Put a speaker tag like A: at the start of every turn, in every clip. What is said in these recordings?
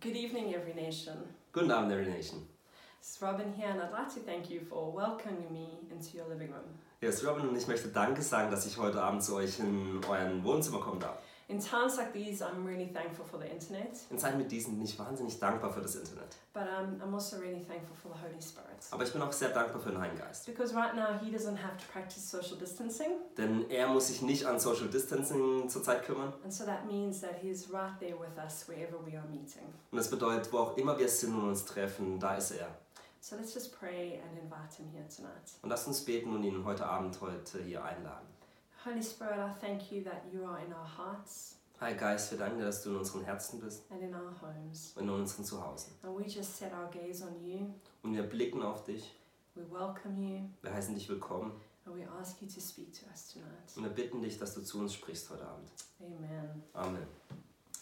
A: Good evening, Every Nation.
B: Guten Abend, Every Nation.
A: It's Robin here, and I'd like to thank you for welcoming me into your living room.
B: Hier ist Robin und ich möchte Danke sagen, dass ich heute Abend zu euch in euren Wohnzimmer kommen darf.
A: In times like these, I'm really thankful for the internet,
B: In Zeiten wie diesen bin ich wahnsinnig dankbar für das Internet.
A: but um, I'm also really thankful for the Holy Spirit.
B: Aber ich bin auch sehr dankbar für den Heiligen Geist.
A: Because right now, he doesn't have to practice social distancing,
B: Denn er muss sich nicht an Social Distancing zurzeit kümmern.
A: and so that means that he's right there with us wherever we are meeting.
B: Und das bedeutet, wo auch immer wir sind und uns treffen, da ist er.
A: So let's just pray and invite him here tonight.
B: Und lasst uns beten und ihn heute Abend heute hier einladen.
A: Holy Spirit, I thank you that you are in our hearts
B: Heiliger Geist, wir danken dir, dass du in unseren Herzen bist
A: and in our homes.
B: und in unseren Zuhause.
A: And we just set our gaze on you,
B: Und wir blicken auf dich,
A: we welcome you,
B: wir heißen dich willkommen
A: and we ask you to speak to us tonight.
B: und wir bitten dich, dass du zu uns sprichst heute Abend.
A: Amen.
B: Amen.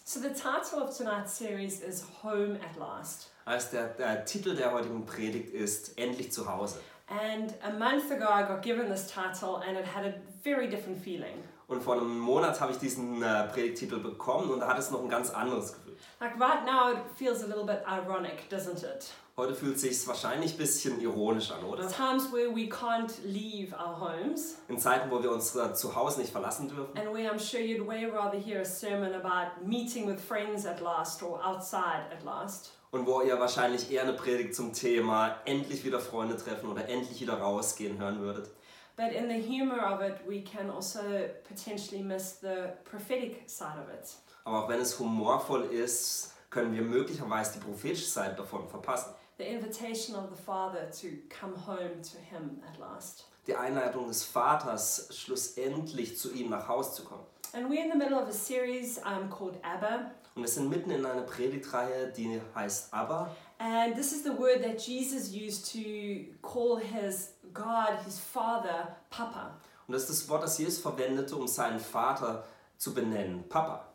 A: So the title of tonight's series is Home at Last.
B: Als der, der Titel der heutigen Predigt ist Endlich zu Hause.
A: And a month ago I got given this title and it had a very different feeling.
B: Und vor einem Monat habe ich diesen äh, Predigttitel bekommen und da hat es noch ein ganz anderes Gefühl.
A: Like right now it feels a little bit ironic, doesn't it?
B: Heute fühlt es sich wahrscheinlich ein bisschen ironisch an, oder?
A: Times where we can't leave our homes
B: In Zeiten, wo wir unser Zuhause nicht verlassen dürfen
A: and where I'm sure you'd way rather hear a sermon about meeting with friends at last or outside at last.
B: und wo ihr wahrscheinlich eher eine Predigt zum Thema endlich wieder Freunde treffen oder endlich wieder rausgehen hören würdet.
A: But in the humor of it, we can also potentially miss the prophetic side of it.
B: Aber auch wenn es humorvoll ist, können wir möglicherweise die prophetische Seite davon verpassen.
A: The invitation of the Father to come home to Him at last.
B: Die Einladung des Vaters, schlussendlich zu ihm nach Haus zu kommen.
A: And we're in the middle of a series um, called Abba.
B: Und wir sind mitten in einer Predigtreihe, die heißt Aber.
A: And this is the word that Jesus used to call his God, his Father, Papa.
B: Und das ist das Wort, das Jesus verwendete, um seinen Vater zu benennen, Papa.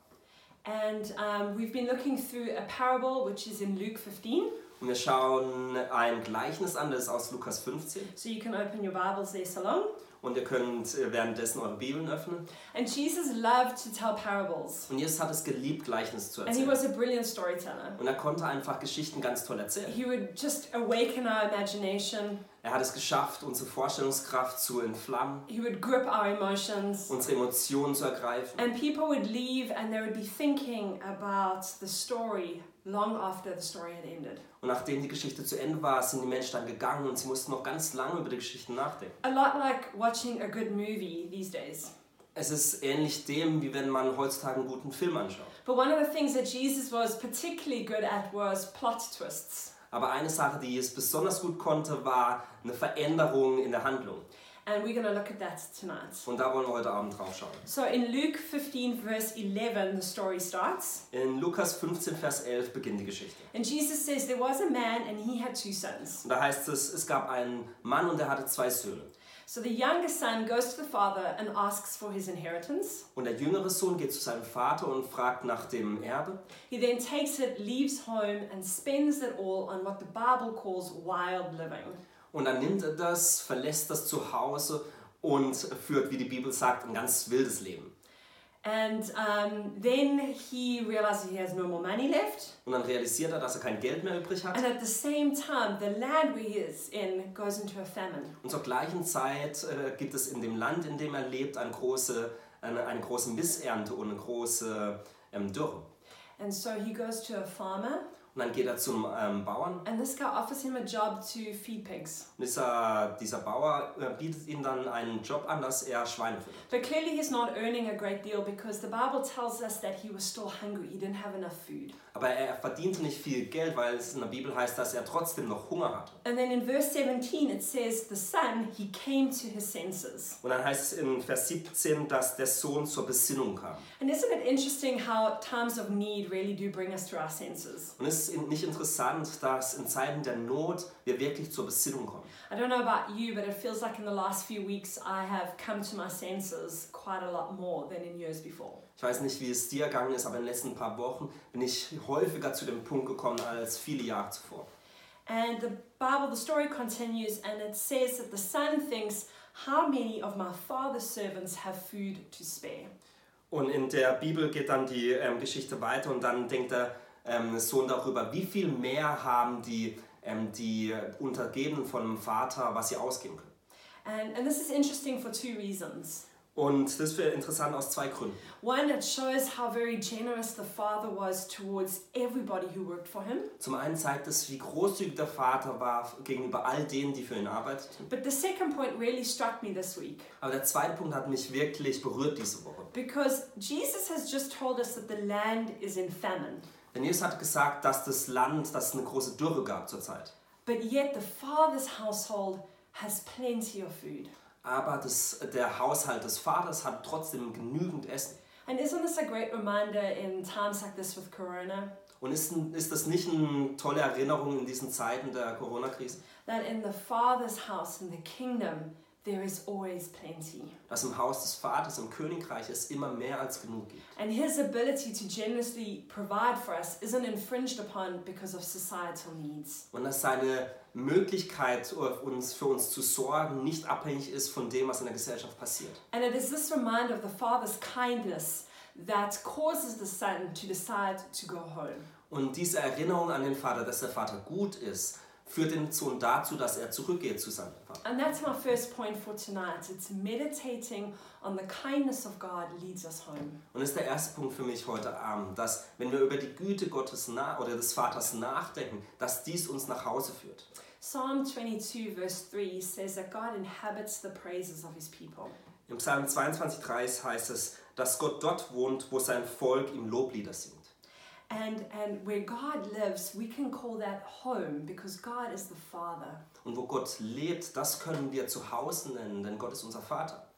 A: And um, we've been looking through a parable which is in Luke 15.
B: Und wir schauen ein Gleichnis an, das ist aus Lukas 15.
A: So you can open your Bibles there so long.
B: Und ihr könnt äh, währenddessen eure Bibeln öffnen.
A: And Jesus loved to tell parables.
B: Und Jesus hat es geliebt, Gleichnis zu
A: And he
B: erzählen.
A: was a brilliant storyteller.
B: Und er konnte einfach Geschichten ganz toll erzählen.
A: He would just awaken our imagination,
B: Er hat es geschafft, unsere Vorstellungskraft zu entflammen,
A: he would grip our emotions.
B: unsere Emotionen zu ergreifen.
A: And people would leave and they would be thinking about the story long after the story had ended.
B: Und nachdem die Geschichte zu Ende war, sind die Menschen dann gegangen und sie mussten noch ganz lange über die Geschichten nachdenken.
A: A lot like watching a good movie these days.
B: Es ist ähnlich dem, wie wenn man heutzutage einen guten Film anschaut.
A: But one of the things that Jesus was particularly good at was plot twists.
B: Aber eine Sache, die es besonders gut konnte, war eine Veränderung in der Handlung.
A: And we're going to look at that tonight.
B: Und da wollen wir heute Abend drauf schauen.
A: So in Luke 15, verse 11, the story starts.
B: In Lukas 15, Vers 11 beginnt die Geschichte.
A: And Jesus says, There was a man and he had two sons.
B: Und da heißt es, es gab einen Mann und er hatte zwei Söhne.
A: So the younger son goes to the father and asks for his inheritance.
B: Und der jüngere Sohn geht zu seinem Vater und fragt nach dem Erbe.
A: He then takes it, leaves home, and spends it all on what the Bible calls wild living.
B: Und dann nimmt er das, verlässt das Zuhause und führt, wie die Bibel sagt, ein ganz wildes Leben.
A: And um, then he realizes he has no more money left.
B: Und dann realisiert er, dass er kein Geld mehr übrig hat.
A: And at the same time, the land where he is in goes into a famine.
B: Und zur gleichen Zeit äh, gibt es in dem Land, in dem er lebt, eine große, eine, eine große Missernte und eine große ähm, Dürre.
A: And so he goes to a farmer,
B: Und dann geht er zum ähm, Bauern.
A: and this guy offers him a job to feed pigs.
B: Und dieser, dieser Bauer äh, bietet ihm dann einen Job an, dass er Schweine füttert.
A: But clearly, he's not earning a great deal because the Bible tells us that he was still hungry. He didn't have enough food.
B: Aber er verdiente nicht viel Geld, weil es in der Bibel heißt, dass er trotzdem noch Hunger hatte.
A: And then in verse 17, it says, The son, he came to his senses.
B: Und dann heißt es in Vers 17, dass der Sohn zur Besinnung kam.
A: And isn't it interesting how times of need really do bring us to our senses?
B: Und es ist in- nicht interessant, dass in Zeiten der Not wir wirklich zur Besinnung kommen.
A: I don't know about you, but it feels like in the last few weeks I have come to my senses quite a lot more than in years before.
B: Ich weiß nicht, wie es dir ergangen ist, aber in den letzten paar Wochen bin ich häufiger zu dem Punkt gekommen als viele Jahre zuvor.
A: And the Bible, the story continues, and it says that the son thinks, How many of my father's servants have food to spare?
B: Und in der Bibel geht dann die ähm, Geschichte weiter und dann denkt er, ähm, Sohn darüber, wie viel mehr haben die, ähm, die Untergebenen von dem Vater, was sie ausgeben können.
A: And, and this is interesting for two reasons.
B: Und das wäre interessant aus zwei Gründen.
A: One, it shows how very generous the father was towards everybody who worked for him.
B: Zum einen zeigt es, wie großzügig der Vater war gegenüber all denen, die für ihn arbeiteten.
A: But the second point really struck me this week
B: Aber der zweite Punkt hat mich wirklich berührt diese Woche.
A: because Jesus has just told us that the land is in famine.
B: Denn Jesus hat gesagt, dass das Land, dass es eine große Dürre gab zurzeit.
A: But yet the father's household has plenty of food.
B: Aber das, der Haushalt des Vaters hat trotzdem genügend Essen.
A: And isn't this a great reminder in times like this with Corona?
B: Und ist, ein- ist das nicht eine tolle Erinnerung in diesen Zeiten der Corona-Krise?
A: That in the father's house, in the kingdom, there is always plenty.
B: Dass im Haus des Vaters, im Königreich, es immer mehr als genug gibt.
A: And his ability to generously provide for us isn't infringed upon because of societal needs.
B: Und dass seine Möglichkeit, äh, uns, für uns zu sorgen, nicht abhängig ist von dem, was in der Gesellschaft passiert.
A: And it is this reminder of the Father's kindness that causes the Son to decide to go home.
B: Und diese Erinnerung an den Vater, dass der Vater gut ist, führt den Sohn dazu, dass er zurückgeht zu seinem Vater.
A: And that's my first point for tonight. It's meditating on the kindness of God leads us home.
B: Und das ist der erste Punkt für mich heute Abend, dass wenn wir über die Güte Gottes na oder des Vaters nachdenken, dass dies uns nach Hause führt.
A: Psalm 22, verse 3 says that God inhabits the praises of his people.
B: Im Psalm 22,3 heißt es, dass Gott dort wohnt, wo sein Volk ihm Loblieder singt.
A: And, and where God lives, we can call that home because God is the Father.
B: Und wo Gott lebt, das können wir zu Hause nennen, denn Gott ist unser Vater.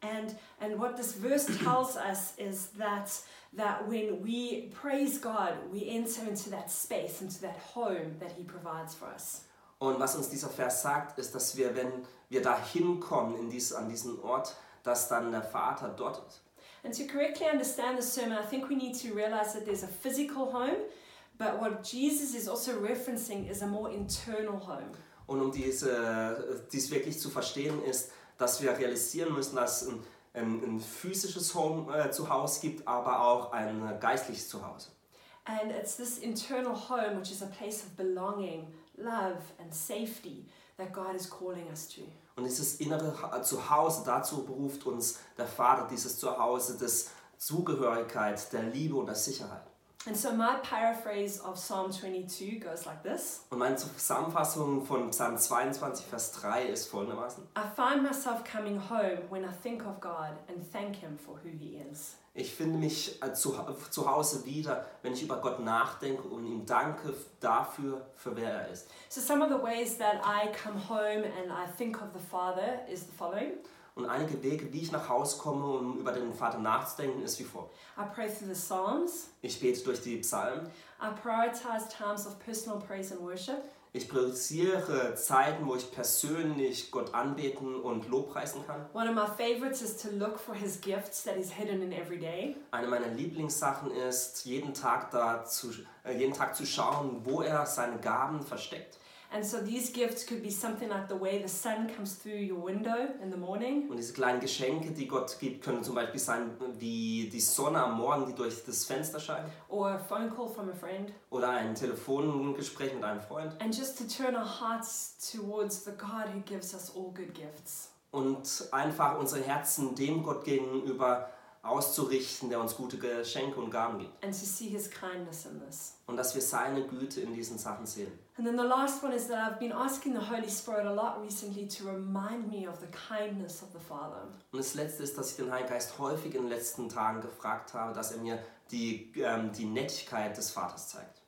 A: And and what this verse tells us is that that when we praise God, we enter into that space, into that home that He provides for us.
B: Und was uns dieser Vers sagt, ist, dass wir, wenn wir da hinkommen in dies, an diesen Ort, dass dann der Vater dort ist.
A: And to correctly understand this sermon, I think we need to realize that there's a physical home, but what Jesus is also referencing is a more internal home.
B: Und um diese, dies wirklich zu verstehen, ist, dass wir realisieren müssen, dass ein, ein, ein physisches Home, äh, Zuhause gibt, aber auch ein äh, geistliches Zuhause.
A: And it's this internal home, which is a place of belonging, love, and safety that God is calling us to.
B: Und dieses innere Ha- Zuhause, dazu beruft uns der Vater, dieses Zuhause des Zugehörigkeit, der Liebe und der Sicherheit.
A: And so my paraphrase of Psalm 22 goes like this.
B: Und meine Zusammenfassung von Psalm 22, Vers 3 ist folgendermaßen.
A: I find myself coming home when I think of God and thank Him for who He is.
B: Ich finde mich äh, zu, zu Hause wieder, wenn ich über Gott nachdenke und ihm danke dafür, für wer er ist.
A: So, some of the ways that I come home and I think of the Father is the following
B: Und einige Wege, wie ich nach Hause komme, um über den Vater nachzudenken, ist wie folgt.
A: I pray through the Psalms,
B: Ich bete durch die Psalmen.
A: I prioritize times of personal praise and worship,
B: Ich produziere Zeiten, wo ich persönlich Gott anbeten und Lobpreisen kann.
A: one of my favorites is to look for His gifts that is hidden in every day.
B: Eine meiner Lieblingssachen ist, jeden Tag, da zu, äh, jeden Tag zu schauen, wo er seine Gaben versteckt.
A: And so, these gifts could be something like the way the sun comes through your window in the morning,
B: Und diese kleinen Geschenke, die Gott gibt, können zum Beispiel sein wie die Sonne am Morgen, die durch das Fenster scheint.
A: or a phone call from a friend,
B: Oder ein Telefongespräch mit einem Freund.
A: and just to turn our hearts towards the God who gives us all good gifts.
B: Und einfach unsere Herzen dem Gott gegenüber auszurichten, der uns gute Geschenke und Gaben gibt.
A: and to see his kindness in this.
B: Und dass wir seine Güte in diesen Sachen sehen.
A: And then the last one is that I've been asking the Holy Spirit a lot recently to remind me of the kindness of the Father.
B: Und das Letzte ist, dass ich den Heiligen Geist häufig in den letzten Tagen gefragt habe, dass er mir die, ähm, die Nettigkeit des Vaters zeigt.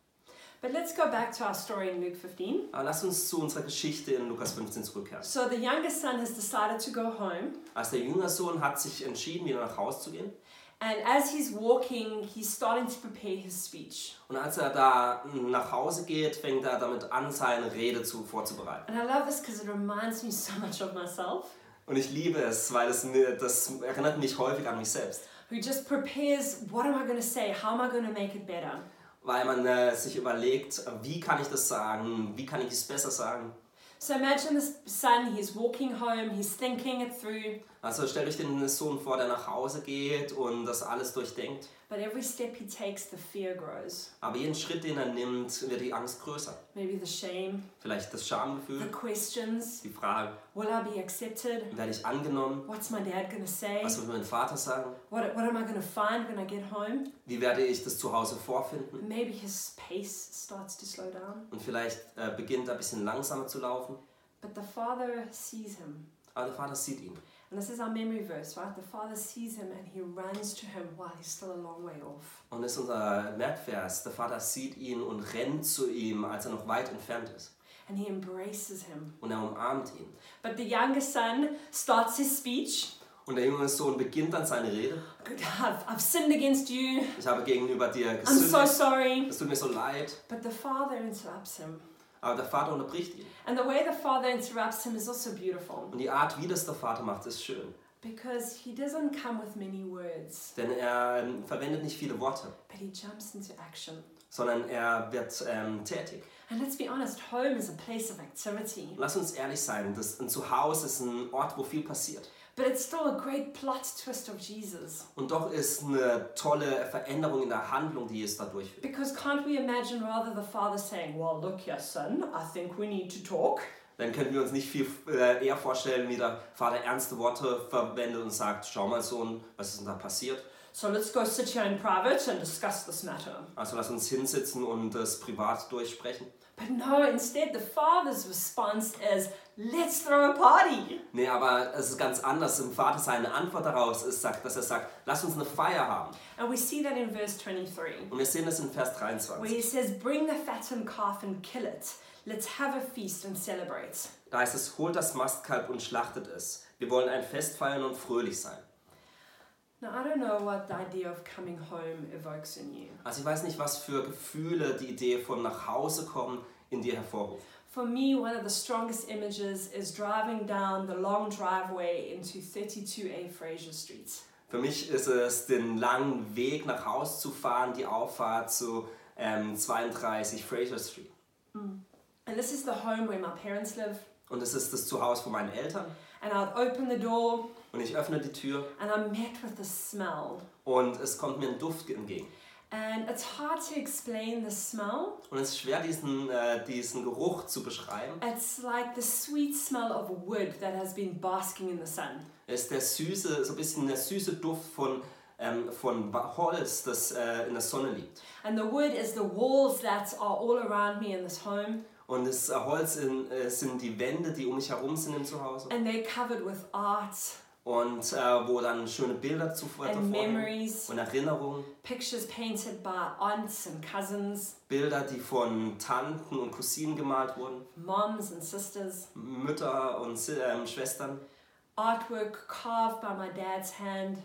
A: But let's go back to our story in Luke 15.
B: Aber lass uns zu unserer Geschichte in Lukas 15 zurückkehren.
A: So the youngest son has decided to go home,
B: Als der Jüngersohn hat sich entschieden, wieder nach Hause zu gehen.
A: and as he's walking, he's starting to prepare his speech.
B: Und als er da nach Hause geht, fängt er damit an, seine Rede zu, vorzubereiten.
A: And I love this because it reminds me so much of myself,
B: Und ich liebe es, weil es mir, das erinnert mich häufig an mich selbst.
A: who just prepares what am I going to say? How am I going to make it better?
B: Weil man äh, sich überlegt, wie kann ich das sagen, wie kann ich es besser sagen.
A: So imagine this son, he's walking home, he's thinking it through,
B: Also stellt euch den Sohn vor, der nach Hause geht und das alles durchdenkt.
A: But every step he takes, the fear grows.
B: Aber jeden Schritt, den er nimmt, wird die Angst größer.
A: Maybe the shame,
B: Vielleicht das
A: the
B: Schamgefühl,
A: questions.
B: die Frage,
A: Will I be accepted?
B: werde ich angenommen?
A: What's my dad going to say?
B: Was wird mein Vater sagen?
A: What, what am I going to find when I get home?
B: Wie werde ich das zu Hause vorfinden?
A: Maybe his pace starts to slow down.
B: Und vielleicht äh, beginnt er ein bisschen langsamer zu laufen.
A: But the father sees him.
B: Aber der Vater sieht ihn.
A: And this is our memory verse, right? The father sees him and he runs to him while he's still a long way off.
B: Und das ist unser Merkvers. Der Vater sieht ihn und rennt zu ihm, als er noch weit entfernt ist.
A: And he embraces him.
B: Und er umarmt ihn.
A: But the younger son starts his speech.
B: Und der junge Sohn beginnt dann seine Rede.
A: Good, I've, I've sinned against you.
B: Ich habe gegenüber dir
A: I'm so
B: gesündigt.
A: sorry.
B: Es tut mir so leid.
A: But the father interrupts him.
B: Aber der Vater unterbricht ihn.
A: And the way the father interrupts him is also beautiful
B: Und die Art, wie das der Vater macht, ist schön.
A: because he doesn't come with many words,
B: Denn er ähm, verwendet nicht viele Worte,
A: but he jumps into action.
B: sondern er wird ähm, tätig.
A: And let's be honest, home is a place of activity,
B: Lass uns ehrlich sein, das, ein Zuhause ist ein Ort, wo viel passiert.
A: but it's still a great plot twist of Jesus.
B: Und doch ist eine tolle Veränderung in der Handlung, die es dadurch führt.
A: Because can't we imagine rather the father saying, Well, look here, son, I think we need to talk?
B: Dann können wir uns nicht viel äh, eher vorstellen, wie der Vater ernste Worte verwendet und sagt, schau mal Sohn, was ist denn da passiert?
A: So let's go sit here in private and discuss this matter.
B: Also lass uns hinsitzen und das privat durchsprechen.
A: But no, instead, the father's response is, Let's throw a party.
B: Nee, aber es ist ganz anders. Im Vater seine Antwort daraus ist, sagt, dass er sagt, lass uns eine Feier haben.
A: And we see that in verse 23.
B: Und wir sehen das in Vers
A: where
B: 23.
A: he says, Bring the fattened calf and kill it. Let's have a feast and celebrate.
B: Da heißt es, holt das Mastkalb und schlachtet es. Wir wollen ein Fest feiern und fröhlich sein.
A: Now, I don't know what the idea of coming home evokes in you.
B: Also ich weiß nicht, was für Gefühle die Idee von nach Hause kommen in dir hervorruft.
A: For me, one of the strongest images is driving down the long driveway into 32A Fraser Street.
B: Für mich ist es, den langen Weg nach Haus zu fahren, die Auffahrt zu ähm, 32 Fraser Street.
A: And this is the home where my parents live.
B: Und es ist das Zuhause von meinen Eltern.
A: And I'd open the door
B: Und ich öffne die Tür
A: and I'm met with the smell.
B: und es kommt mir ein Duft entgegen.
A: And it's hard to explain the smell.
B: Und es ist schwer, diesen, äh, diesen Geruch zu beschreiben.
A: It's like the sweet smell of wood that has been basking in the sun.
B: Es ist der süße, so ein bisschen der süße Duft von, ähm, von Wa- Holz, das äh, in der Sonne liegt.
A: And the wood is the walls that are all around me in this home,
B: Und das äh, Holz in, äh, sind die Wände, die um mich herum sind im Zuhause.
A: and they're covered with art
B: Und äh, wo dann schöne Bilder zuvor
A: and
B: davor hängen.
A: memories,
B: und Erinnerungen.
A: pictures painted by aunts and cousins,
B: Bilder, die von Tanten und Cousinen gemalt wurden,
A: moms and sisters,
B: Mütter und Si- ähm, Schwestern,
A: artwork carved by my dad's hand.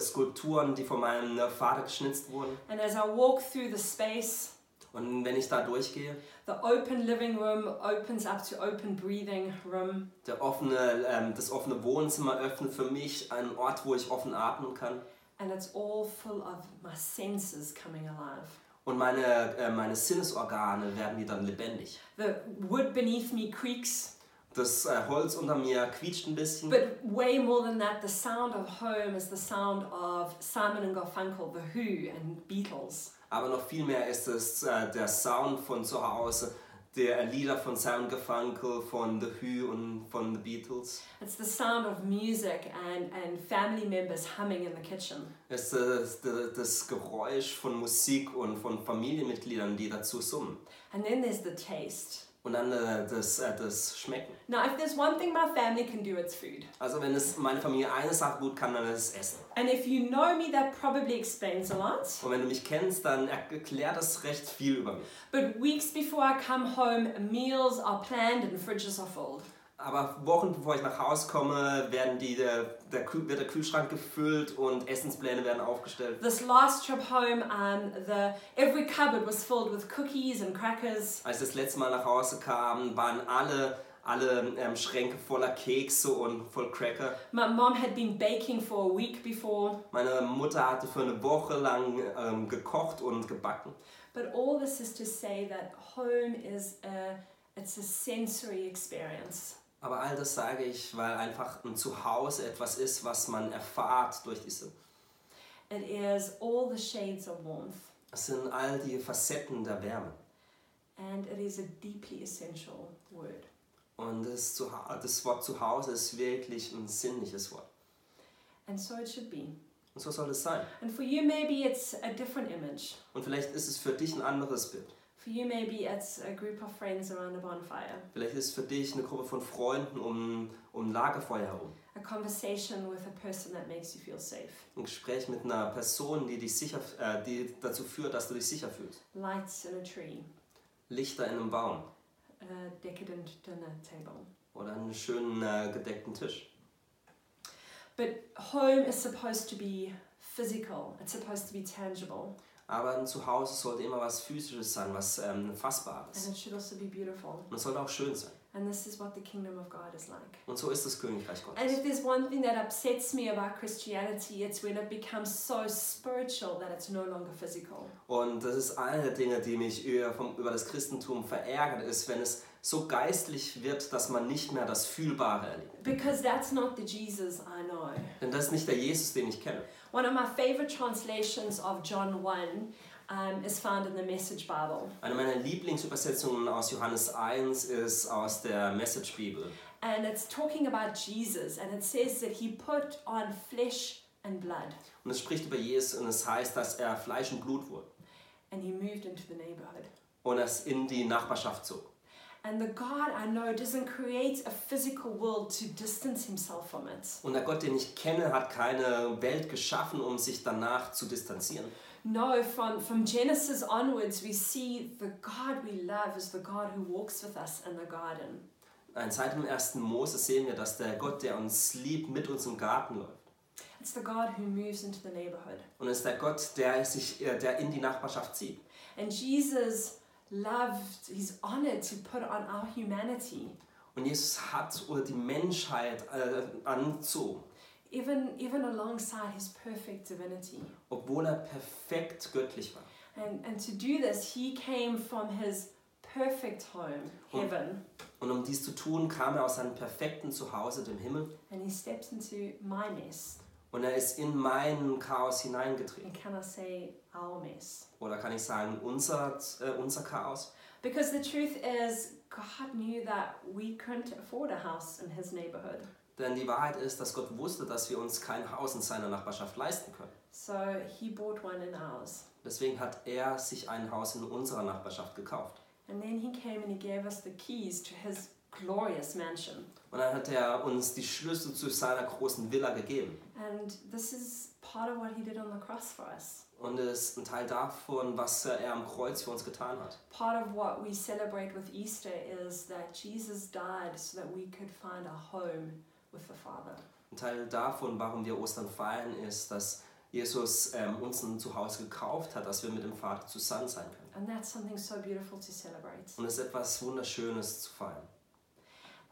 B: Skulpturen, die von meinem äh, Vater geschnitzt wurden.
A: And as I walk through the space,
B: Und wenn ich da durchgehe,
A: the open living room opens up to open breathing room,
B: der offene, ähm, das offene Wohnzimmer öffnet für mich einen Ort, wo ich offen atmen kann
A: and it's all full of my senses coming alive.
B: und meine, äh, meine Sinnesorgane werden wieder lebendig.
A: The wood beneath me creaks,
B: Das äh, Holz unter mir quietscht ein bisschen,
A: But way more than that, the sound of home is the sound of Simon and Garfunkel, The Who, and Beatles.
B: aber noch viel mehr ist es äh, der Sound von zu Hause, der Lieder von Simon Garfunkel, von The Who und von The Beatles.
A: It's the sound of music and, and family members humming in the kitchen.
B: Es ist das, das Geräusch von Musik und von Familienmitgliedern, die dazu summen.
A: And then there's the taste.
B: Und dann äh, das, äh, das Schmecken.
A: Now, if there's one thing my family can do, it's food.
B: Also wenn es meine Familie eine Sache gut kann, dann ist es Essen.
A: And if you know me, that probably explains a lot.
B: Und wenn du mich kennst, dann erklärt das recht viel über mich.
A: But weeks before I come home, meals are planned and fridges are filled.
B: Aber Wochen bevor ich nach Hause komme, werden die, der, der, Kühl- wird der Kühlschrank gefüllt und Essenspläne werden aufgestellt.
A: This last trip home, um, the every cupboard was filled with cookies and crackers.
B: Als ich das letzte Mal nach Hause kam, waren alle, alle ähm, Schränke voller Kekse und voll Cracker.
A: My mom had been baking for a week before,
B: Meine Mutter hatte für eine Woche lang ähm, gekocht und gebacken.
A: but all this is to say that home is a it's a sensory experience.
B: Aber all das sage ich, weil einfach ein Zuhause etwas ist, was man erfahrt durch diese.
A: It is all the shades of warmth,
B: Es sind all die Facetten der Wärme.
A: and it is a deeply essential word.
B: Und das, Zuha das Wort Zuhause ist wirklich ein sinnliches Wort.
A: And so it should be.
B: Und so soll es sein.
A: And for you, maybe it's a different image.
B: Und vielleicht ist es für dich ein anderes Bild.
A: For you, maybe it's a group of friends around a bonfire,
B: Vielleicht ist es für dich eine Gruppe von Freunden um, um ein Lagerfeuer herum.
A: a conversation with a person that makes you feel safe,
B: Ein Gespräch mit einer Person, die, dich sicher, äh, die dazu führt, dass du dich sicher fühlst.
A: lights in a tree,
B: Lichter in einem Baum
A: a decadent dinner table.
B: oder einen schönen äh, gedeckten Tisch.
A: But home is supposed to be physical, it's supposed to be tangible,
B: Aber ein Zuhause sollte immer was Physisches sein, was ähm, Fassbares.
A: and it should also be beautiful.
B: Und es sollte auch schön sein.
A: And this is what the kingdom of God is like.
B: Und so ist das Königreich
A: And
B: Gottes.
A: if there's one thing that upsets me about Christianity, it's when it becomes so spiritual that it's no longer physical.
B: Und das ist eine der Dinge, die mich über, vom, über das Christentum verärgert, ist, wenn es so geistlich wird, dass man nicht mehr das Fühlbare erlebt.
A: Because that's not the Jesus I know.
B: Denn das ist nicht der Jesus, den ich kenne.
A: One of my favorite translations of John 1 um, is found in the Message Bible.
B: Eine meiner Lieblingsübersetzungen aus Johannes 1 ist aus der Message-Bibel.
A: And it's talking about Jesus, and it says that he put on flesh and blood,
B: Und es spricht über Jesus und es heißt, dass er Fleisch und Blut wurde
A: and he moved into the neighborhood.
B: und es in die Nachbarschaft zog.
A: And the God I know doesn't create a physical world to distance himself from it.
B: Und der Gott, den ich kenne, hat keine Welt geschaffen, um sich danach zu distanzieren.
A: No, from, from Genesis onwards, we see the God we love is the God who walks with us in the garden.
B: Nein, seit dem ersten Mose sehen wir, dass der Gott, der uns liebt, mit uns im Garten läuft.
A: It's the God who moves into the neighborhood.
B: Und es ist der Gott, der, sich, äh, der in die Nachbarschaft zieht.
A: And Jesus loved, he's honored to put on our humanity,
B: Und Jesus hat oder die Menschheit äh, anzogen,
A: even, even alongside his perfect divinity.
B: obwohl er perfekt göttlich war.
A: And, and to do this, he came from his perfect home, heaven,
B: Und um dies zu tun, kam er aus seinem perfekten Zuhause, dem Himmel,
A: and he steps into my mess.
B: und er ist in mein Chaos hineingetreten.
A: And can I say our mess?
B: Oder kann ich sagen, unser, äh, unser Chaos?
A: Because the truth is, God knew that we couldn't afford a house in his neighborhood.
B: Denn die Wahrheit ist, dass Gott wusste, dass wir uns kein Haus in seiner Nachbarschaft leisten können.
A: So he bought one in ours.
B: Deswegen hat er sich ein Haus in unserer Nachbarschaft gekauft.
A: And then he came and he gave us the keys to his glorious mansion.
B: Und dann hat er uns die Schlüssel zu seiner großen Villa gegeben.
A: And this is part of what he did on the cross for us.
B: Und es ist ein Teil davon, was er am Kreuz für uns getan hat.
A: Part of what we celebrate with Easter is that Jesus died so that we could find a home with the Father.
B: Ein Teil davon, warum wir Ostern feiern, ist, dass Jesus ähm, uns ein Zuhause gekauft hat, dass wir mit dem Vater zusammen sein können.
A: And that's something so beautiful to celebrate.
B: Und es ist etwas Wunderschönes zu feiern.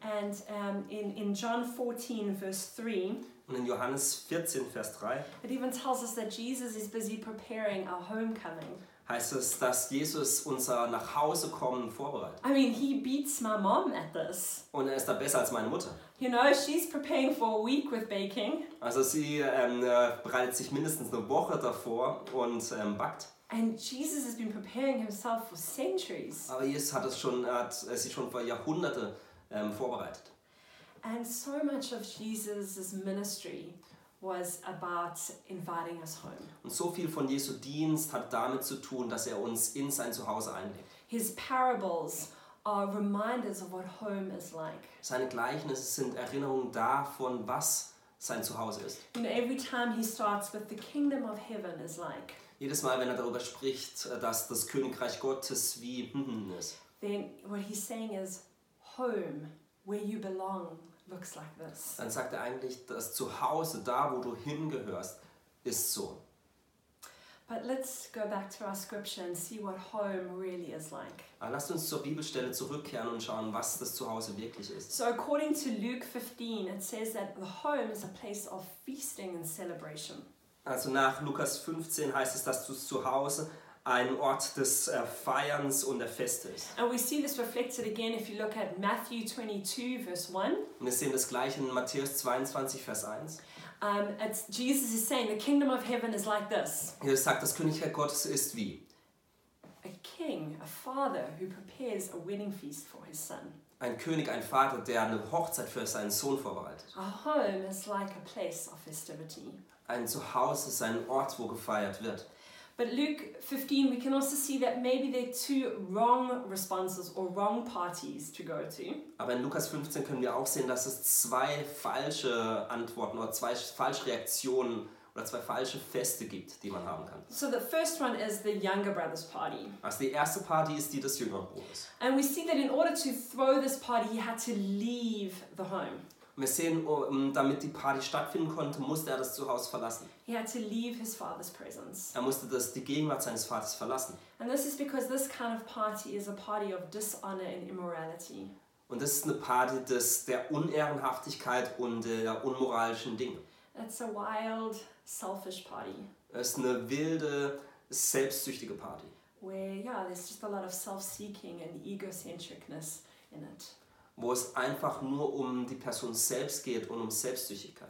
A: And um, in, in John 14, verse 3,
B: Und in Johannes 14, Vers 3
A: It even tells us that Jesus is busy preparing our homecoming.
B: heißt es, dass Jesus unser Nachhausekommen vorbereitet.
A: I mean, he beats my mom at this.
B: Und er ist da besser als meine Mutter.
A: You know, she's preparing for a week with baking,
B: Also sie ähm, äh, bereitet sich mindestens eine Woche davor und ähm, backt.
A: and Jesus has been preparing himself for centuries.
B: Aber Jesus hat es schon, er hat es sich schon vor Jahrhunderte ähm, vorbereitet.
A: And so much of Jesus' ministry was about inviting us home.
B: Und so viel von Jesu Dienst hat damit zu tun, dass er uns in sein Zuhause einlädt.
A: His parables are reminders of what home is like.
B: Seine Gleichnisse sind Erinnerungen davon, was sein Zuhause ist.
A: You know, every time he starts with the kingdom of heaven is like,
B: Jedes Mal, wenn er darüber spricht, dass das Königreich Gottes wie ist,
A: then what he's saying is home, where you belong, looks like this.
B: dann sagt er eigentlich, das Zuhause, da wo du hingehörst, ist so.
A: But let's go back to our scripture and see what home really is like.
B: Aber lasst uns zur Bibelstelle zurückkehren und schauen, was das Zuhause wirklich ist.
A: So, according to Luke 15, it says that the home is a place of feasting and celebration.
B: Also nach Lukas 15 heißt es, dass das Zuhause ein Ort des äh, Feierns und der Feste ist.
A: And we see this reflected again if you look at Matthew 22, verse 1.
B: Und wir sehen das gleiche in Matthäus 22, Vers 1.
A: Um, it's, Jesus is saying the kingdom of heaven is like this
B: Jesus sagt, das Königreich Gottes ist wie
A: a king, a father who prepares a wedding feast for his son.
B: ein König, ein Vater, der eine Hochzeit für seinen Sohn vorbereitet.
A: A home is like a place of festivity.
B: Ein Zuhause ist ein Ort, wo gefeiert wird.
A: But Luke 15, we can also see that maybe there are two wrong responses or wrong parties to go to.
B: Aber in Lukas 15 können wir auch sehen, dass es zwei falsche Antworten oder zwei falsche Reaktionen oder zwei falsche Feste gibt, die man haben kann.
A: So the first one is the younger brother's party.
B: Also die erste Party ist die des jüngeren Bruders.
A: And we see that in order to throw this party, he had to leave the home.
B: Wir sehen, um, damit die Party stattfinden konnte, musste er das Zuhause verlassen.
A: He had to leave his father's presence.
B: Er musste das, die Gegenwart seines Vaters verlassen.
A: And this is because this kind of party is a party of dishonor and immorality.
B: Und das ist eine Party des, der Unehrenhaftigkeit und der unmoralischen Dinge.
A: It's a wild, selfish party
B: Es ist eine wilde, selbstsüchtige Party,
A: where, yeah, there's just a lot of self seeking and egocentricness in it.
B: wo es einfach nur um die Person selbst geht und um Selbstsüchtigkeit.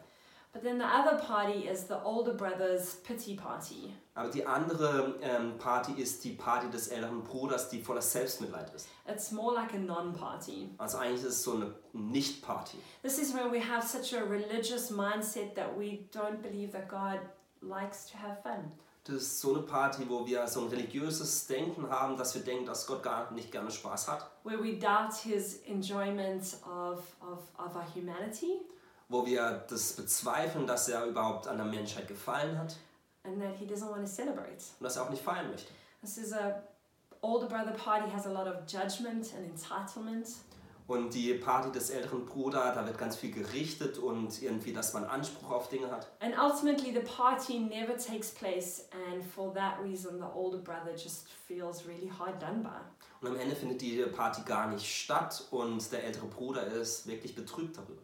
A: But then the other party is the older brother's pity party.
B: Aber die andere ähm, Party ist die Party des älteren Bruders, die voller Selbstmitleid ist.
A: It's more like a non party.
B: Also eigentlich ist es so eine Nicht-Party.
A: This is when we have such a religious mindset that we don't believe that God likes to have fun.
B: Das ist so eine Party, wo wir so ein religiöses Denken haben, dass wir denken, dass Gott gar nicht gerne Spaß hat.
A: Where we doubt his enjoyment of, of, of our humanity
B: Wo wir das bezweifeln, dass er überhaupt an der Menschheit gefallen hat
A: and that he doesn't want to celebrate.
B: und dass er auch nicht feiern möchte.
A: This is a older brother party has a lot of judgment and entitlement.
B: Und die Party des älteren Bruders, da wird ganz viel gerichtet und irgendwie, dass man Anspruch auf Dinge hat.
A: And ultimately, the party never takes place, and for that reason, the older brother just feels really hard done by.
B: Und am Ende findet die Party gar nicht statt und der ältere Bruder ist wirklich betrübt darüber.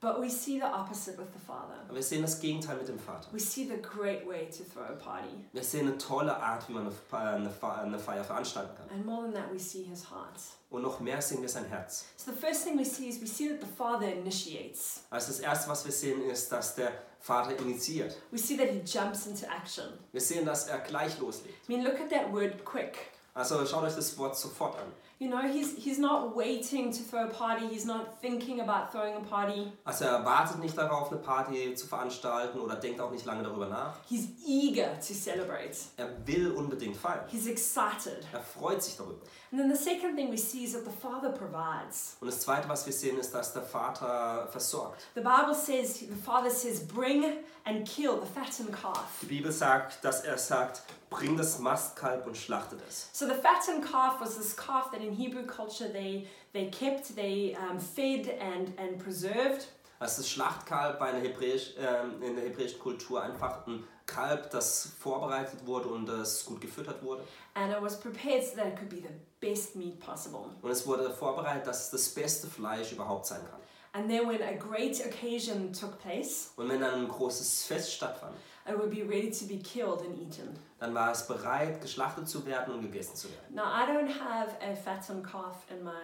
A: But we see the opposite with the father.
B: Aber wir sehen das Gegenteil mit dem Vater.
A: We see the great way to throw a party.
B: Wir sehen eine tolle Art, wie man eine Fe- eine Fe- eine Feier veranstalten kann.
A: And more than that, we see his heart.
B: Und noch mehr sehen wir sein Herz.
A: So the first thing we see is we see that the father initiates.
B: Also das Erste, was wir sehen, ist, dass der Vater initiiert.
A: We see that he jumps into action.
B: Wir sehen, dass er gleich loslegt.
A: I mean, look at that word quick.
B: Also schaut euch das Wort sofort an.
A: You know, he's, he's not waiting to throw a party, he's not thinking about throwing a party.
B: Also er wartet nicht darauf, eine Party zu veranstalten oder denkt auch nicht lange darüber nach.
A: He's eager to celebrate,
B: Er will unbedingt feiern.
A: he's excited.
B: Er freut sich darüber.
A: And then the second thing we see is that the father provides.
B: Und das Zweite, was wir sehen, ist, dass der Vater versorgt.
A: The Bible says, the father says, bring and kill the fattened calf.
B: Die Bibel sagt, dass er sagt, bring das Mastkalb und schlachtet es.
A: So the fattened calf was this calf that in Hebrew culture they, they kept, they um, fed and, and preserved.
B: Also das Schlachtkalb war in der, Hebräisch, ähm, in der hebräischen Kultur einfach ein Kalb, das vorbereitet wurde und das gut gefüttert wurde.
A: And it was prepared so that it could be the best meat possible.
B: Und es wurde vorbereitet, dass es das beste Fleisch überhaupt sein kann.
A: And then when a great occasion took place,
B: Und wenn dann ein großes Fest stattfand,
A: it would be ready to be killed and eaten.
B: dann war es bereit, geschlachtet zu werden und gegessen zu werden.
A: Now, I don't have a fattened calf in my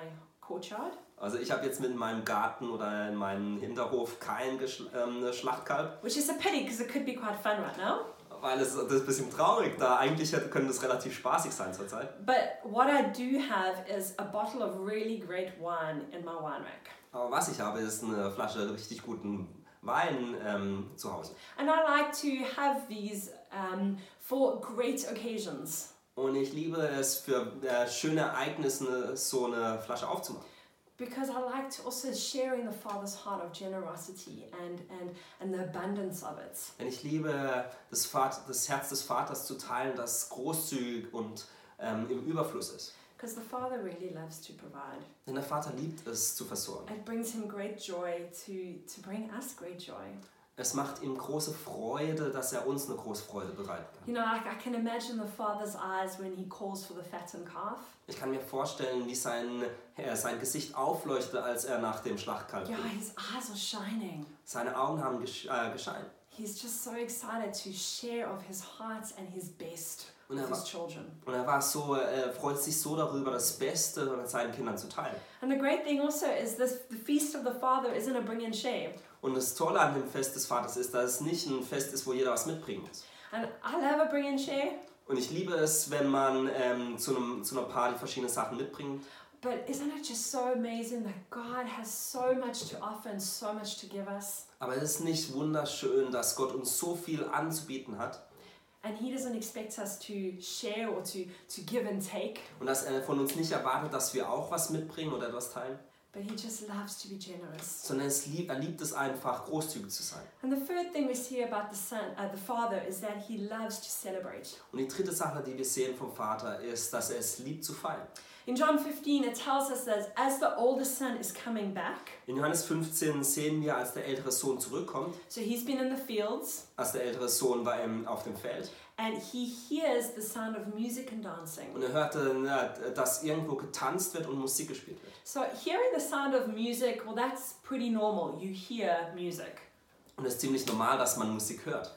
A: courtyard,
B: Also ich habe jetzt mit meinem Garten oder in meinem Hinterhof kein Geschl ähm, Schlachtkalb,
A: which is a pity because it could be quite fun right now.
B: weil es das ist ein bisschen traurig, da eigentlich hätte- könnte es relativ spaßig sein zurzeit.
A: But what I do have is a bottle of really great wine in my wine rack.
B: Aber was ich habe, ist eine Flasche richtig guten Wein ähm, zu Hause.
A: And I like to have these um, for great occasions.
B: Und ich liebe es, für äh, schöne Ereignisse so eine Flasche aufzumachen.
A: Because I like to also share in the Father's heart of generosity and, and, and the abundance of it.
B: Denn ich liebe das, Vat das Herz des Vaters zu teilen, das großzügig und ähm, im Überfluss ist.
A: Because the Father really loves to provide.
B: Denn der Vater liebt es zu versorgen.
A: It brings him great joy to, to bring us great joy.
B: Es macht ihm große Freude, dass er uns eine große Freude bereiten kann.
A: You know, I, I can imagine the Father's eyes when he calls for the fattened calf.
B: Ich kann mir vorstellen, wie sein, äh, sein Gesicht aufleuchtete, als er nach dem Schlachtkalb
A: Yeah,
B: ging.
A: his eyes are shining.
B: Seine Augen haben gesch äh, gescheint.
A: He's just so excited to share of his heart and his best
B: Und er
A: with his
B: war-
A: children.
B: Und er war so, äh, freut sich so darüber, das Beste mit seinen Kindern zu teilen.
A: And the great thing also is this the feast of the Father isn't a bring and share.
B: Und das Tolle an dem Fest des Vaters ist, dass es nicht ein Fest ist, wo jeder was mitbringen muss.
A: And I love a bring and share,
B: Und ich liebe es, wenn man ähm, zu, einem, zu einer Party verschiedene Sachen mitbringt.
A: but isn't it just so amazing that God has so much to offer and so much to give us?
B: Aber es ist nicht wunderschön, dass Gott uns so viel anzubieten hat
A: And He doesn't expect us to share or to, to give and take,
B: und dass er von uns nicht erwartet, dass wir auch was mitbringen oder etwas teilen,
A: but He just loves to be generous.
B: sondern es lieb, er liebt es einfach, großzügig zu sein.
A: And the third thing we see about the Son, uh, the Father, is that He loves to celebrate.
B: Und die dritte Sache, die wir sehen vom Vater, ist, dass er es liebt zu feiern.
A: In John 15, it tells us that as the oldest son is coming back,
B: In Johannes 15 sehen wir, als der ältere Sohn zurückkommt,
A: so he's been in the fields
B: als der ältere Sohn war im, auf dem Feld
A: and he hears the sound of music and dancing.
B: und er hörte, na, dass irgendwo getanzt wird und Musik gespielt wird.
A: So hearing the sound of music, well, that's pretty normal. You hear music.
B: Und es ist ziemlich normal, dass man Musik hört.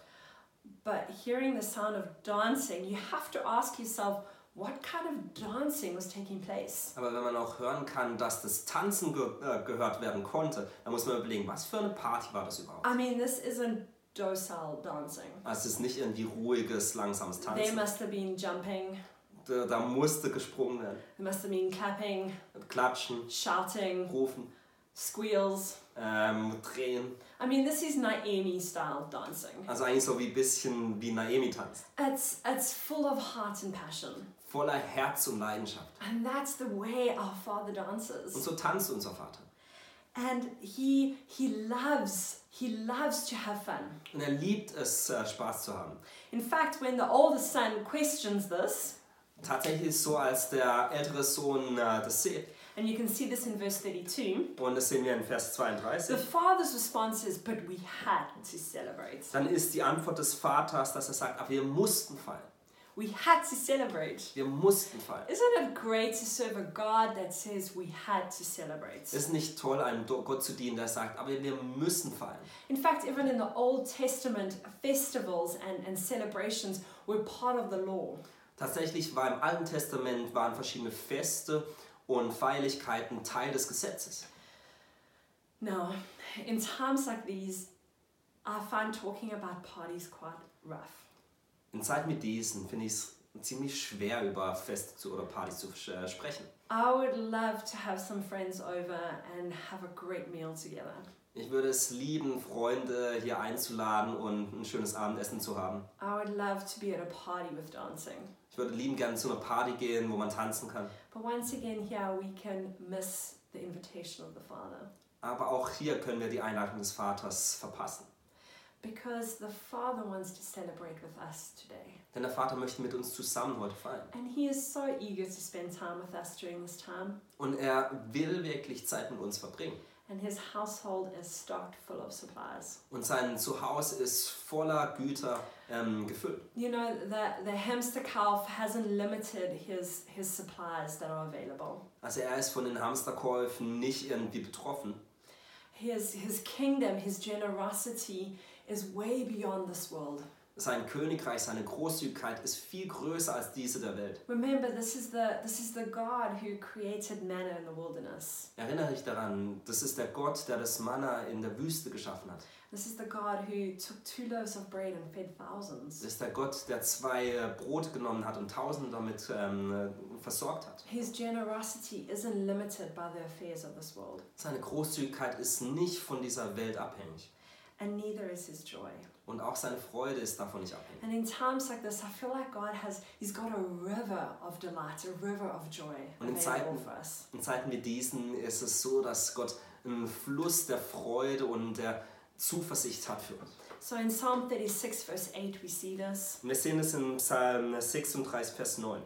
A: But hearing the sound of dancing, you have to ask yourself what kind of dancing was taking place.
B: Aber wenn man auch hören kann, dass das Tanzen ge äh, gehört werden konnte, dann muss man überlegen, was für eine Party war das überhaupt?
A: I mean, this isn't docile dancing.
B: Also es ist nicht irgendwie ruhiges, langsames
A: They
B: Tanzen.
A: must have been jumping,
B: Da, da musste gesprungen werden.
A: they must have been clapping,
B: Klatschen,
A: shouting,
B: rufen,
A: squeals.
B: ähm, drehen.
A: I mean, this is Naomi style dancing.
B: Also eigentlich so wie ein bisschen wie Naomi tanzt.
A: It's, it's full of heart and passion.
B: Voller Herz und Leidenschaft.
A: And that's the way our Father dances.
B: Und so tanzt unser Vater.
A: and he he loves he loves to have fun
B: Und er liebt es, äh, Spaß zu haben.
A: in fact when the oldest son questions this
B: Tatsächlich ist es so, als der ältere Sohn äh, das sieht,
A: and you can see this in verse 32
B: und das sehen wir in Vers
A: the
B: 32,
A: father's response is but we had to celebrate
B: dann ist die Antwort des Vaters, dass er sagt, aber wir mussten feiern.
A: we had to celebrate
B: Wir mussten feiern.
A: isn't it great to serve a god that says we had to celebrate
B: Es ist nicht toll, einem Do- Gott zu dienen, der sagt, aber wir müssen feiern.
A: in fact even in the old testament festivals and, and celebrations were part of the law
B: Tatsächlich war im Alten Testament waren verschiedene Feste und Feierlichkeiten Teil des Gesetzes.
A: now in times like these i find talking about parties quite rough
B: In Zeiten wie diesen finde ich es ziemlich schwer, über Feste zu, oder Partys zu äh, sprechen.
A: I would love to have some friends over and have a great meal together.
B: Ich würde es lieben, Freunde hier einzuladen und ein schönes Abendessen zu haben.
A: I would love to be at a party with dancing.
B: Ich würde lieben gerne zu einer Party gehen, wo man tanzen kann.
A: But once again, here we can miss the invitation of the Father
B: Aber auch hier können wir die Einladung des Vaters verpassen.
A: because the Father wants to celebrate with us today.
B: Denn der Vater möchte mit uns zusammen heute feiern.
A: And He is so eager to spend time with us during this time,
B: Und er will wirklich Zeit mit uns verbringen.
A: and His household is stocked full of supplies.
B: Und sein Zuhause ist voller Güter ähm, gefüllt.
A: You know, the, the hamster calf hasn't limited his, his supplies that are available.
B: Also er ist von den Hamsterkäufen nicht irgendwie betroffen.
A: His, his kingdom, his generosity is way beyond this world.
B: Sein Königreich, seine Großzügigkeit ist viel größer als diese der Welt.
A: Remember, this is the, this is the God who created manna in the wilderness.
B: Erinnere dich daran, das ist der Gott, der das Manna in der Wüste geschaffen hat.
A: This is the God who took two loaves of bread and fed
B: Das
A: thousands.
B: ist der Gott, der zwei äh, Brote genommen hat und Tausende damit ähm, äh, versorgt hat.
A: His generosity isn't limited by the affairs of this world,
B: Seine Großzügigkeit ist nicht von dieser Welt abhängig.
A: and neither is his joy.
B: Und auch seine Freude ist davon nicht abhängig.
A: And in times like this, I feel like God has, he's got a river of delight, a river of joy
B: Und in
A: available
B: Zeiten-
A: for us.
B: In Zeiten wie diesen ist es so, dass Gott einen Fluss der Freude und der Zuversicht hat für uns.
A: So in Psalm 36, verse 8, we see this.
B: Und wir sehen es in Psalm 36, Vers 9.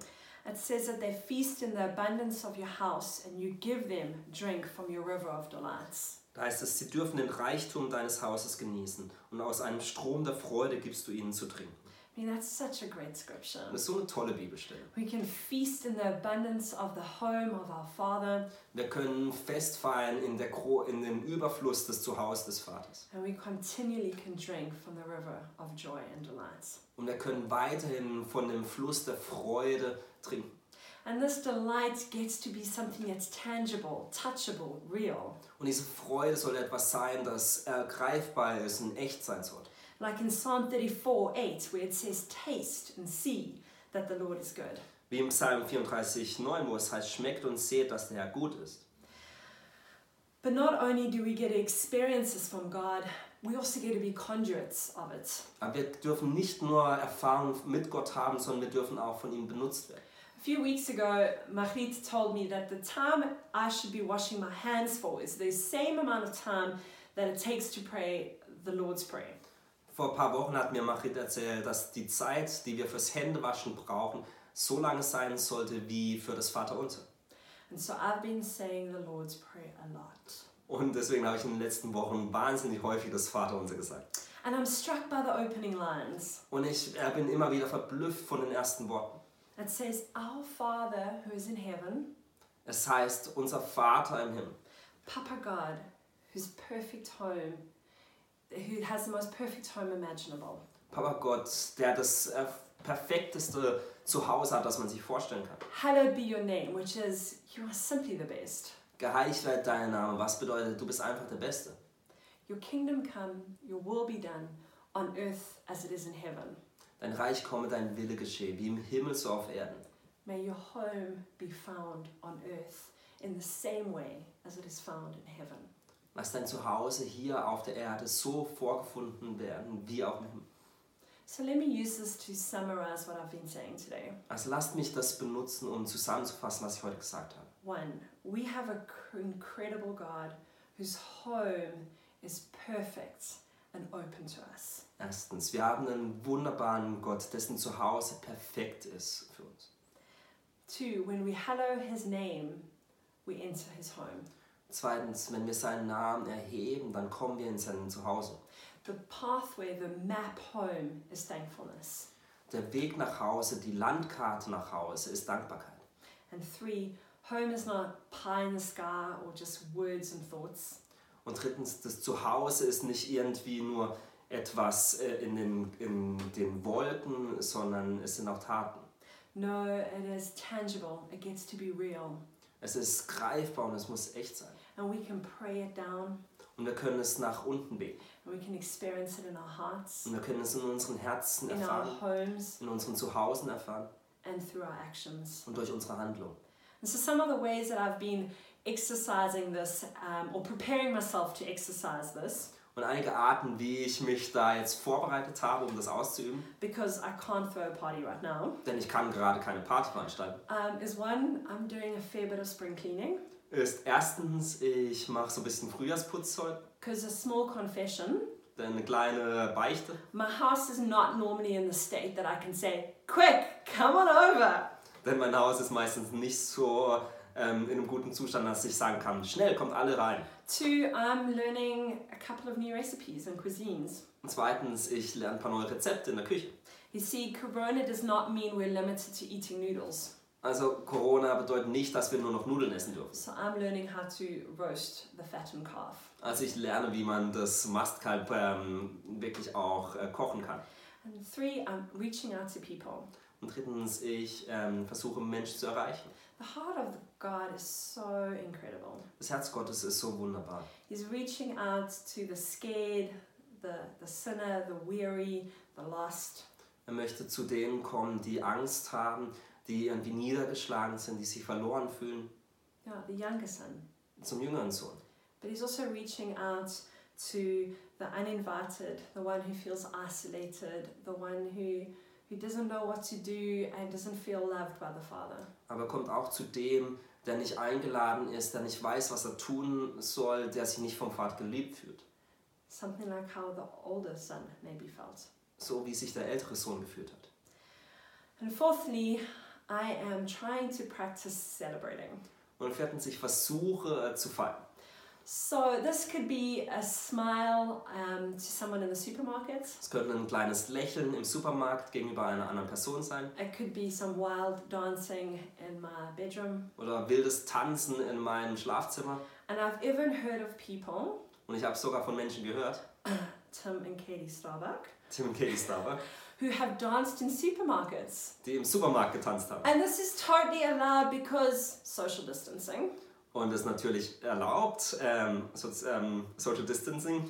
A: It says that they feast in the abundance of your house, and you give them drink from your river of delights.
B: Da heißt es, sie dürfen den Reichtum deines Hauses genießen und aus einem Strom der Freude gibst du ihnen zu trinken.
A: I mean, that's such a great scripture.
B: Das ist so eine tolle Bibelstelle.
A: We can feast in the abundance of the home of our Father,
B: Wir können festfallen in, der Gro in dem Überfluss des Zuhause des Vaters.
A: and we continually can drink from the river of joy and delights.
B: Und wir können weiterhin von dem Fluss der Freude trinken.
A: And this delight gets to be something that's tangible, touchable, real.
B: Und diese Freude soll etwas sein, das äh, greifbar ist und echt sein soll.
A: Like in Psalm 34 8, where it says, Taste and see that the Lord is good.
B: Wie im Psalm 34, 9, wo es heißt, schmeckt und seht, dass der Herr gut ist.
A: But not only do we get experiences from God, we also get to be conduits of it.
B: Aber wir dürfen nicht nur Erfahrung mit Gott haben, sondern wir dürfen auch von ihm benutzt werden.
A: A few weeks ago, Mahrit told me that the time I should be washing my hands for is the same amount of time that it takes to pray the Lord's Prayer.
B: Vor ein paar Wochen hat mir Marit erzählt, dass die Zeit, die wir fürs Händewaschen brauchen, so lange sein sollte wie für das Vaterunser.
A: And so I've been saying the Lord's Prayer a lot.
B: Und deswegen habe ich in den letzten Wochen wahnsinnig häufig das Vaterunser gesagt.
A: And I'm struck by the opening lines
B: Und ich äh, bin immer wieder verblüfft von den ersten Worten.
A: that says, Our Father who is in heaven,
B: Es heißt, unser Vater im Himmel,
A: Papa God, whose perfect home, who has the most perfect home imaginable.
B: Papa Gott, der das äh, perfekteste Zuhause hat, das man sich vorstellen kann.
A: Hallowed be your name, which is, you are simply the best.
B: Geheiligt werde dein Name, was bedeutet, du bist einfach der Beste.
A: Your kingdom come, your will be done on earth as it is in heaven.
B: Dein Reich komme, dein Wille geschehe, wie im Himmel so auf Erden.
A: May your home be found on earth in the same way as it is found in heaven.
B: Lass dein Zuhause hier auf der Erde so vorgefunden werden, wie auch im Himmel.
A: So let me use this to summarize what I've been saying today.
B: Also lasst mich das benutzen, um zusammenzufassen, was ich heute gesagt habe.
A: One, we have an incredible God whose home is perfect and open to us.
B: Erstens, wir haben einen wunderbaren Gott, dessen Zuhause perfekt ist für uns.
A: Two, when we hallow his name, we enter his home.
B: Zweitens, wenn wir seinen Namen erheben, dann kommen wir in sein Zuhause.
A: The pathway, the map home is thankfulness.
B: Der Weg nach Hause, die Landkarte nach Hause ist Dankbarkeit.
A: And three, home is not pie in the sky or just words and thoughts.
B: Und drittens, das Zuhause ist nicht irgendwie nur etwas äh, in den, in den Wolken, sondern es sind auch Taten.
A: No, it is tangible, it gets to be real.
B: Es ist greifbar und es muss echt sein.
A: And we can pray it down,
B: Und wir können es nach unten beten.
A: and we can experience it in our hearts,
B: Und wir können es in unseren Herzen
A: in our
B: erfahren,
A: homes,
B: in unseren Zuhausen erfahren
A: and through our actions.
B: und durch unsere Handlung.
A: And so, some of the ways that I've been exercising this um, or preparing myself to exercise this,
B: Und einige Arten, wie ich mich da jetzt vorbereitet habe, um das auszuüben,
A: because I can't throw a party right now,
B: denn ich kann gerade keine Party veranstalten,
A: um, is one, I'm doing a fair bit of spring cleaning.
B: ist erstens, ich mache so ein bisschen Frühjahrsputz heute,
A: Because a small confession,
B: dann eine kleine Beichte.
A: my house is not normally in the state that I can say, quick, come on over.
B: Denn mein Haus ist meistens nicht so ähm, in einem guten Zustand, dass ich sagen kann, schnell kommt alle rein.
A: Two, I'm learning a couple of new recipes and cuisines.
B: Und zweitens, ich lerne ein paar neue Rezepte in der Küche.
A: You see, Corona does not mean we're limited to eating noodles.
B: Also Corona bedeutet nicht, dass wir nur noch Nudeln essen dürfen.
A: So I'm learning how to roast the fattened calf.
B: Also ich lerne, wie man das Mastkalb ähm, wirklich auch äh, kochen kann.
A: And three, I'm reaching out to people.
B: Und drittens, ich ähm, versuche Menschen zu erreichen.
A: The heart of God is so incredible.
B: Das Herz Gottes ist so wunderbar.
A: He's reaching out to the scared, the, the sinner, the weary, the lost.
B: Er möchte zu denen kommen, die Angst haben, die irgendwie niedergeschlagen sind, die sich verloren fühlen,
A: Yeah, the younger son.
B: zum jüngeren Sohn.
A: But he's also reaching out to the uninvited, the one who feels isolated, the one who, who doesn't know what to do and doesn't feel loved by the Father.
B: aber er kommt auch zu dem, der nicht eingeladen ist, der nicht weiß, was er tun soll, der sich nicht vom Vater geliebt fühlt.
A: Something like how the older son maybe felt.
B: So wie sich der ältere Sohn gefühlt hat.
A: And fourthly, I am trying to practice celebrating.
B: Und viertens, ich versuche äh, zu feiern.
A: So this could be a smile um, to someone in the supermarket.
B: Es könnte ein kleines Lächeln im Supermarkt gegenüber einer anderen Person sein
A: It could be some wild dancing in my bedroom.
B: oder wildes Tanzen in meinem Schlafzimmer.
A: And I've even heard of people,
B: Und ich habe sogar von Menschen gehört,
A: Tim and Katie Starbuck,
B: Tim Kelly Starbuck,
A: who have danced in supermarkets.
B: die im Supermarkt getanzt haben.
A: And this is totally allowed because social distancing.
B: Und das ist natürlich erlaubt, ähm, so, ähm, Social Distancing.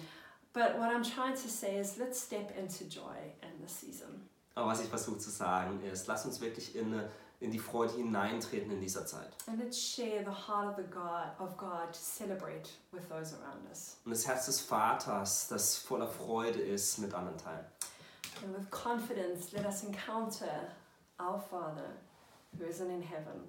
A: But what I'm trying to say is let's step into joy in the season.
B: Aber was ich versuche zu sagen ist, lass uns wirklich in, eine- in die Freude hineintreten in dieser Zeit.
A: And let's share the heart of the God of God to celebrate with those around us.
B: Und das Herz des Vaters, das voller Freude ist, mit anderen teilen.
A: And with confidence, let us encounter our Father who isn't in heaven.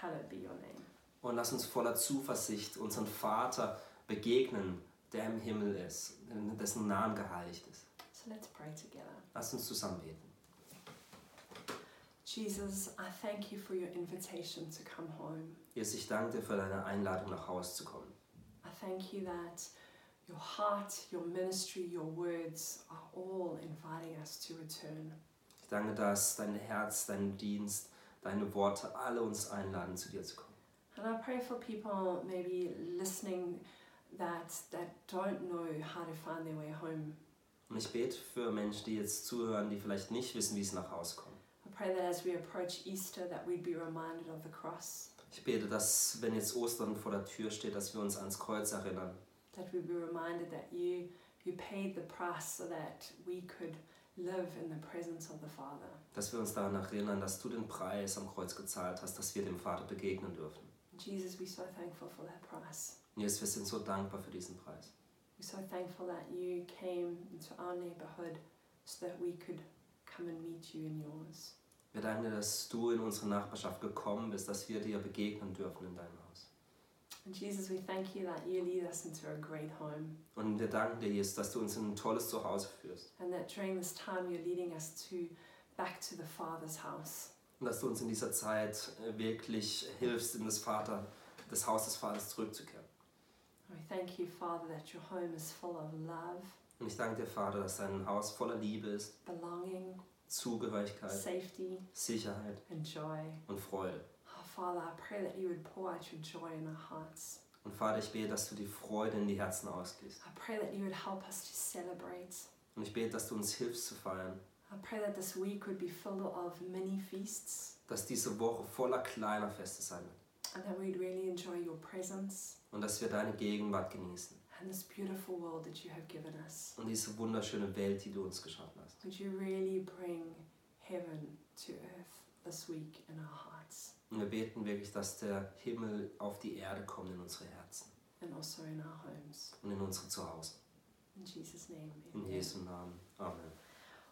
A: Hallowed be your name.
B: Und lass uns voller Zuversicht unseren Vater begegnen, der im Himmel ist, dessen Namen geheiligt ist.
A: So let's pray together.
B: Lass uns zusammen beten.
A: Jesus, I thank you for your invitation to come home.
B: Jesus, ich danke dir für deine Einladung, nach Hause zu kommen.
A: I thank you that your heart, your ministry, your words are all inviting us to return.
B: Ich danke, dass dein Herz, dein Dienst, deine Worte alle uns einladen, zu dir zu kommen.
A: And I pray for people maybe listening that that don't know how to find their way home.
B: Und ich bete für Menschen, die jetzt zuhören, die vielleicht nicht wissen, wie sie nach Hause kommen.
A: I pray that as we approach Easter that we'd be reminded of the cross,
B: Ich bete, dass, wenn jetzt Ostern vor der Tür steht, dass wir uns ans Kreuz erinnern.
A: that we'd be reminded that you you paid the price so that we could live in the presence of the Father.
B: Dass wir uns daran erinnern, dass du den Preis am Kreuz gezahlt hast, dass wir dem Vater begegnen dürfen.
A: Jesus, we're so thankful for that price.
B: Und Jesus, wir sind so dankbar für diesen Preis.
A: We're so thankful that you came into our neighborhood so that we could come and meet you in yours.
B: Wir danken dir, dass du in unsere Nachbarschaft gekommen bist, dass wir dir begegnen dürfen in deinem Haus.
A: And Jesus, we thank you that you lead us into a great home
B: Und wir danken dir, Jesus, dass du uns in ein tolles Zuhause führst.
A: and that during this time you're leading us to back to the Father's house.
B: Und dass du uns in dieser Zeit äh, wirklich hilfst, in das Vater, das Haus des Vaters zurückzukehren.
A: And we thank you, Father, that your home is full of love,
B: Und ich danke dir, Vater, dass dein Haus voller Liebe ist,
A: belonging,
B: Zugehörigkeit,
A: safety,
B: Sicherheit
A: and joy.
B: und Freude.
A: Oh, Father, I pray that you would pour out your joy in our hearts.
B: Und Vater, ich bete, dass du die Freude in die Herzen ausgießt.
A: I pray that you would help us to celebrate.
B: Und ich bete, dass du uns hilfst zu feiern,
A: I pray that this week would be full of many feasts.
B: dass diese Woche voller kleiner Feste sein wird.
A: and that we'd really enjoy your presence
B: Und dass wir deine Gegenwart genießen.
A: and this beautiful world that you have given us.
B: und diese wunderschöne Welt, die du uns geschaffen hast.
A: Would you really bring heaven to earth this week in our hearts
B: Und wir beten wirklich, dass der Himmel auf die Erde kommt in unsere Herzen
A: and also in our homes?
B: und in unsere Zuhause.
A: In Jesus' name,
B: In
A: amen.
B: Jesu Namen. Amen.